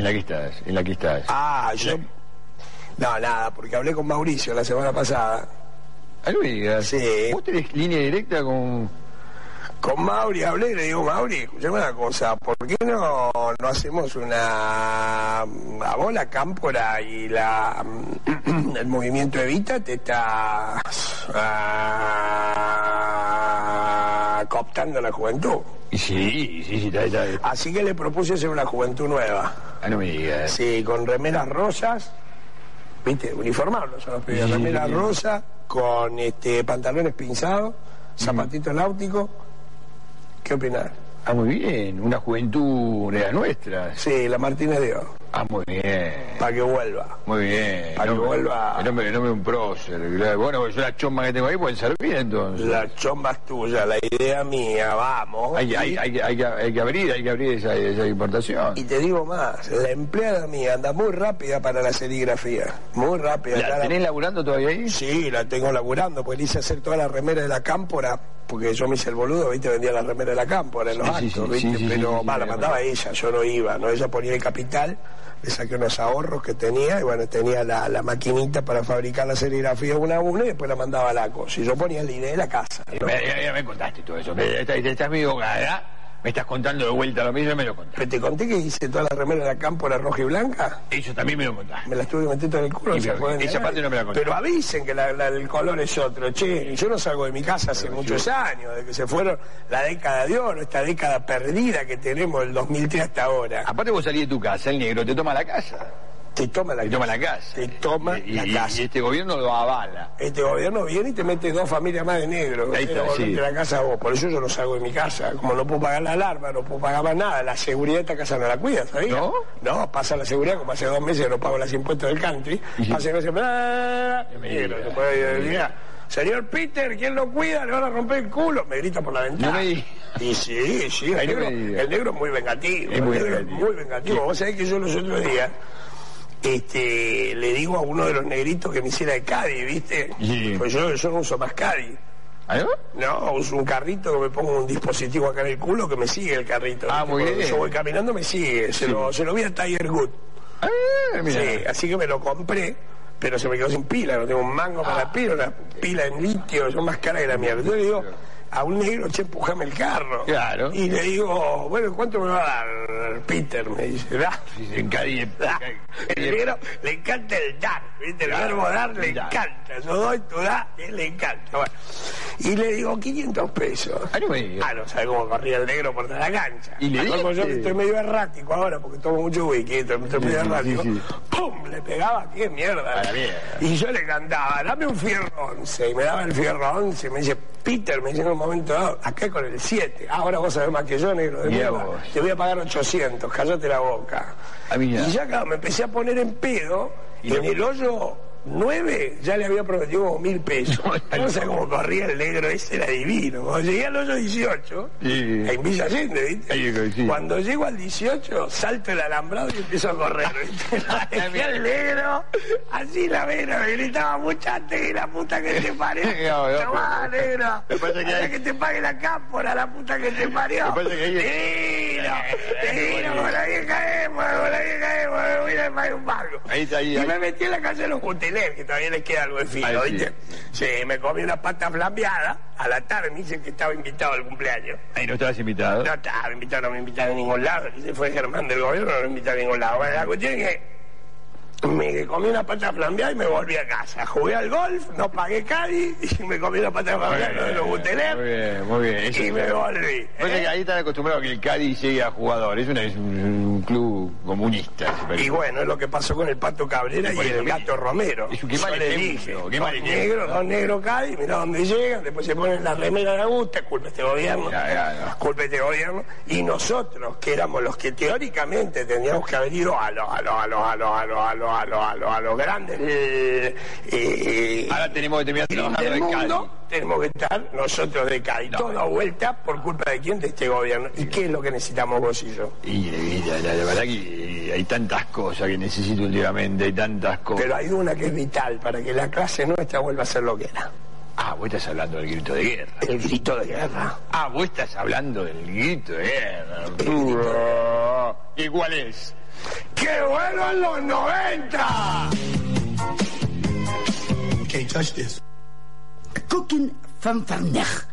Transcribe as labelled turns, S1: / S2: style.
S1: En la que estás, en la que estás.
S2: Ah, yo. No, nada, porque hablé con Mauricio la semana pasada.
S1: Ah, no me digas.
S2: Sí.
S1: ¿Vos tenés línea directa con...?
S2: Con Mauri hablé y le digo, Mauri, escuchame una cosa, ¿por qué no, no hacemos una. A vos la cámpora y la. mm, El movimiento Evita te está. ah, cooptando la juventud.
S1: Y Sí, sí, sí, está, está. está.
S2: Así que le propuse hacer una juventud nueva.
S1: Ah, no me digas.
S2: Sí, con remeras rosas, viste, uniformados son los pibes,
S1: Sí.
S2: remeras rosas, con este pantalones pinzados, zapatitos náuticos. ¿Qué opinas?
S1: Ah, muy bien. Una juventud de las nuestras.
S2: Sí, la Martínez dio,
S1: Ah, muy bien.
S2: para que vuelva.
S1: Muy bien.
S2: Para que
S1: El nombre-
S2: vuelva.
S1: El nombre, el nombre de un prócer. claro. Bueno, pues yo la chomba que tengo ahí pueden servir entonces.
S2: La chomba es tuya, la idea mía, vamos.
S1: Hay, hay, hay, que- hay que, hay que abrir, hay que abrir esa, esa importación.
S2: Y te digo más, la empleada mía anda muy rápida para la serigrafía, muy rápida. ya
S1: ¿La
S2: la-
S1: tenés laburando todavía ahí?
S2: Sí, la tengo laburando, pues le hice hacer toda la remera de la cámpora, porque yo me hice el boludo, viste, vendía la remera de la cámpora en los
S1: Sí, sí,
S2: actos,
S1: sí,
S2: viste,
S1: sí, sí,
S2: pero
S1: sí, sí,
S2: va, la
S1: sí,
S2: mandaba ella, yo no iba, ¿no? Ella ponía el capital, le saqué unos ahorros que tenía, y bueno, tenía la, la maquinita para fabricar la serigrafía una a una y después la mandaba a la cosa. Y yo ponía la idea de la casa. ¿no?
S1: Eh, Me, eh, me contaste todo eso. Me, estás, estás medio gada, me estás contando de vuelta lo mismo y me lo contaste.
S2: Pero te conté que hice toda la remera de la cámpora roja y blanca.
S1: Eso también me lo contaste.
S2: Me las tuve que meter todo en el culo.
S1: Y
S2: no se
S1: pero-
S2: pueden
S1: esa
S2: negar.
S1: parte no me la contaste.
S2: Pero avisen que la- la- el color es otro. Che, yo no salgo de mi casa hace muchos años, de que se fueron la década de oro, esta década perdida que tenemos del 2003 hasta ahora.
S1: Aparte vos salís de tu casa, el negro te toma la casa.
S2: Te toma la
S1: Te toma la casa.
S2: Te toma
S1: Y-
S2: la
S1: y-
S2: casa.
S1: Y este gobierno lo avala.
S2: Este gobierno viene y te mete dos familias más de negro.
S1: Ahí está,
S2: Vos no
S1: sí.
S2: te la casa a vos. Por eso yo no salgo de mi casa. Como no puedo pagar la alarma, no puedo pagar más nada. La seguridad de esta casa no la cuida, ¿sabías?
S1: ¿No?
S2: No, pasa la seguridad, como hace dos meses que no pago los impuestos del country. Hace meses. bla,
S1: Me
S2: Negro,
S1: diga,
S2: se puede
S1: me
S2: olvidar. Señor Peter, ¿quién lo cuida? Le van a romper el culo. Me grita por la ventana.
S1: No me diga.
S2: Y sí, sí, el
S1: No me
S2: negro,
S1: diga.
S2: el negro es muy vengativo.
S1: Es
S2: el
S1: muy
S2: negro es
S1: vengativo.
S2: muy vengativo. Vos sabés que yo los otros días este, le digo a uno de los negritos que me hiciera de Cádiz, ¿viste?
S1: Sí.
S2: Pues yo, yo no uso más Cádiz.
S1: ¿Ah, no?
S2: No, uso un carrito que me pongo un dispositivo acá en el culo que me sigue el carrito.
S1: Ah,
S2: ¿viste?
S1: muy
S2: Cuando
S1: bien.
S2: Yo voy caminando, me sigue. Se, lo, se lo vi a Tiger Good.
S1: Ah, mira.
S2: Sí, así que me lo compré, pero se me quedó sin pila. No tengo un mango para
S1: Ah.
S2: la pila, una pila en litio, son más caras que la mierda. Yo le digo a un negro, che, empujame el carro.
S1: Claro.
S2: Y le digo, bueno, ¿cuánto me va a dar Peter? Me dice, "Ah,
S1: Sí, sí, en Cádiz. en
S2: Ah,
S1: Cádiz-
S2: El negro le encanta el dar, ¿viste? El verbo dar le
S1: Dar.
S2: encanta. Yo doy, tú das, él le encanta. Bueno, Y le digo 500 pesos.
S1: Ah, no me digas.
S2: Ah, no sabe cómo corría el negro por la cancha.
S1: Y le
S2: Como yo
S1: diste.
S2: que estoy medio errático ahora porque tomo mucho whisky, estoy estoy medio
S1: Sí, sí,
S2: errático.
S1: sí.
S2: ¡Pum! Le pegaba, qué mierda.
S1: A la mierda.
S2: Y yo le cantaba, dame un fierro 11. Y me daba el fierro 11. Y me dice, Peter, me dice en un momento dado, acá con el 7. Ahora vos sabés más que yo, negro de
S1: Mirá
S2: mierda.
S1: vos.
S2: Te voy a pagar 800, cállate la boca.
S1: Ah, mirá.
S2: Y ya claro, me empecé a poner en pedo,
S1: Y
S2: y en
S1: no-
S2: el hoyo 9 ya le había prometido como mil pesos. No sé cómo corría el negro, ese era divino. Cuando llegué al hoyo 18,
S1: Sí.
S2: en Villa Allende, ¿viste?
S1: Ahí, sí.
S2: Cuando llego al 18, salto el alambrado y empiezo a correr, ¿viste? Dejé al negro, así la vera, me gritaba muchacho y la puta que te parió.
S1: No, no,
S2: Tomá,
S1: pero-
S2: negro,
S1: Me parece que
S2: hasta
S1: hay-
S2: que te pague la cámpora, la puta que te parió.
S1: Me parece que hay- Eh,
S2: Negro, negro, con la vieja Emo, con la vieja Emo, me voy a pagar un barco.
S1: Ahí está, ahí,
S2: y
S1: ahí.
S2: me metí en la calle de los Cutelés, que todavía les queda algo de filo,
S1: Ahí sí.
S2: ¿viste? Sí, me comí una pata flambeada. A la tarde me dicen que estaba invitado al cumpleaños.
S1: Ahí no estabas invitado.
S2: No estaba invitado, no me invitaron a ningún lado. Se fue Germán del gobierno, no me invitaron a ningún lado. Bueno, la cuestión es que Me comí una pata flambeada y me volví a casa. Jugué al golf, no pagué cari y me comí una pata flambeada de los
S1: Muy
S2: Butelep
S1: bien, muy bien. Eso
S2: y
S1: es
S2: me
S1: claro.
S2: volví.
S1: Pasa que
S2: ¿eh?
S1: ahí están acostumbrados a que el Cádiz llegue a jugadores. Es, una- es un, un club comunista. se parece.
S2: Y bueno, es lo que pasó con el Pato Cabrera y
S1: Por eso
S2: el
S1: que-
S2: Gato Romero.
S1: Eso, qué
S2: Yo
S1: mal
S2: le
S1: ejemplo, qué
S2: dije,
S1: mal
S2: dos
S1: ejemplo.
S2: negros, dos negros caen, mirá dónde llegan, después se ponen la remera de Augusta, culpa este gobierno,
S1: Ya, ya, ya.
S2: culpa este gobierno. Y nosotros, que éramos los que teóricamente tendríamos que haber ido a los, a los, a los, a los, a los, a los, a los, a los, a los grandes... eh, eh,
S1: Ahora tenemos que terminar trabajando
S2: del
S1: en Cádiz.
S2: mundo tenemos que estar nosotros de Cádiz,
S1: No.
S2: toda vuelta por culpa de quién, de este gobierno. ¿Y qué es lo que necesitamos vos y yo?
S1: Y, y la, la- la verdad que hay tantas cosas que necesito últimamente, hay tantas cosas.
S2: Pero hay una que es vital para que la clase nuestra vuelva a ser lo que era.
S1: Ah, vos estás hablando del grito de guerra.
S2: El grito de guerra.
S1: Ah, vos estás hablando del grito de guerra. ¿Y cuál es?
S2: ¡Que vuelvan los 90!
S3: Cooking from Farnach.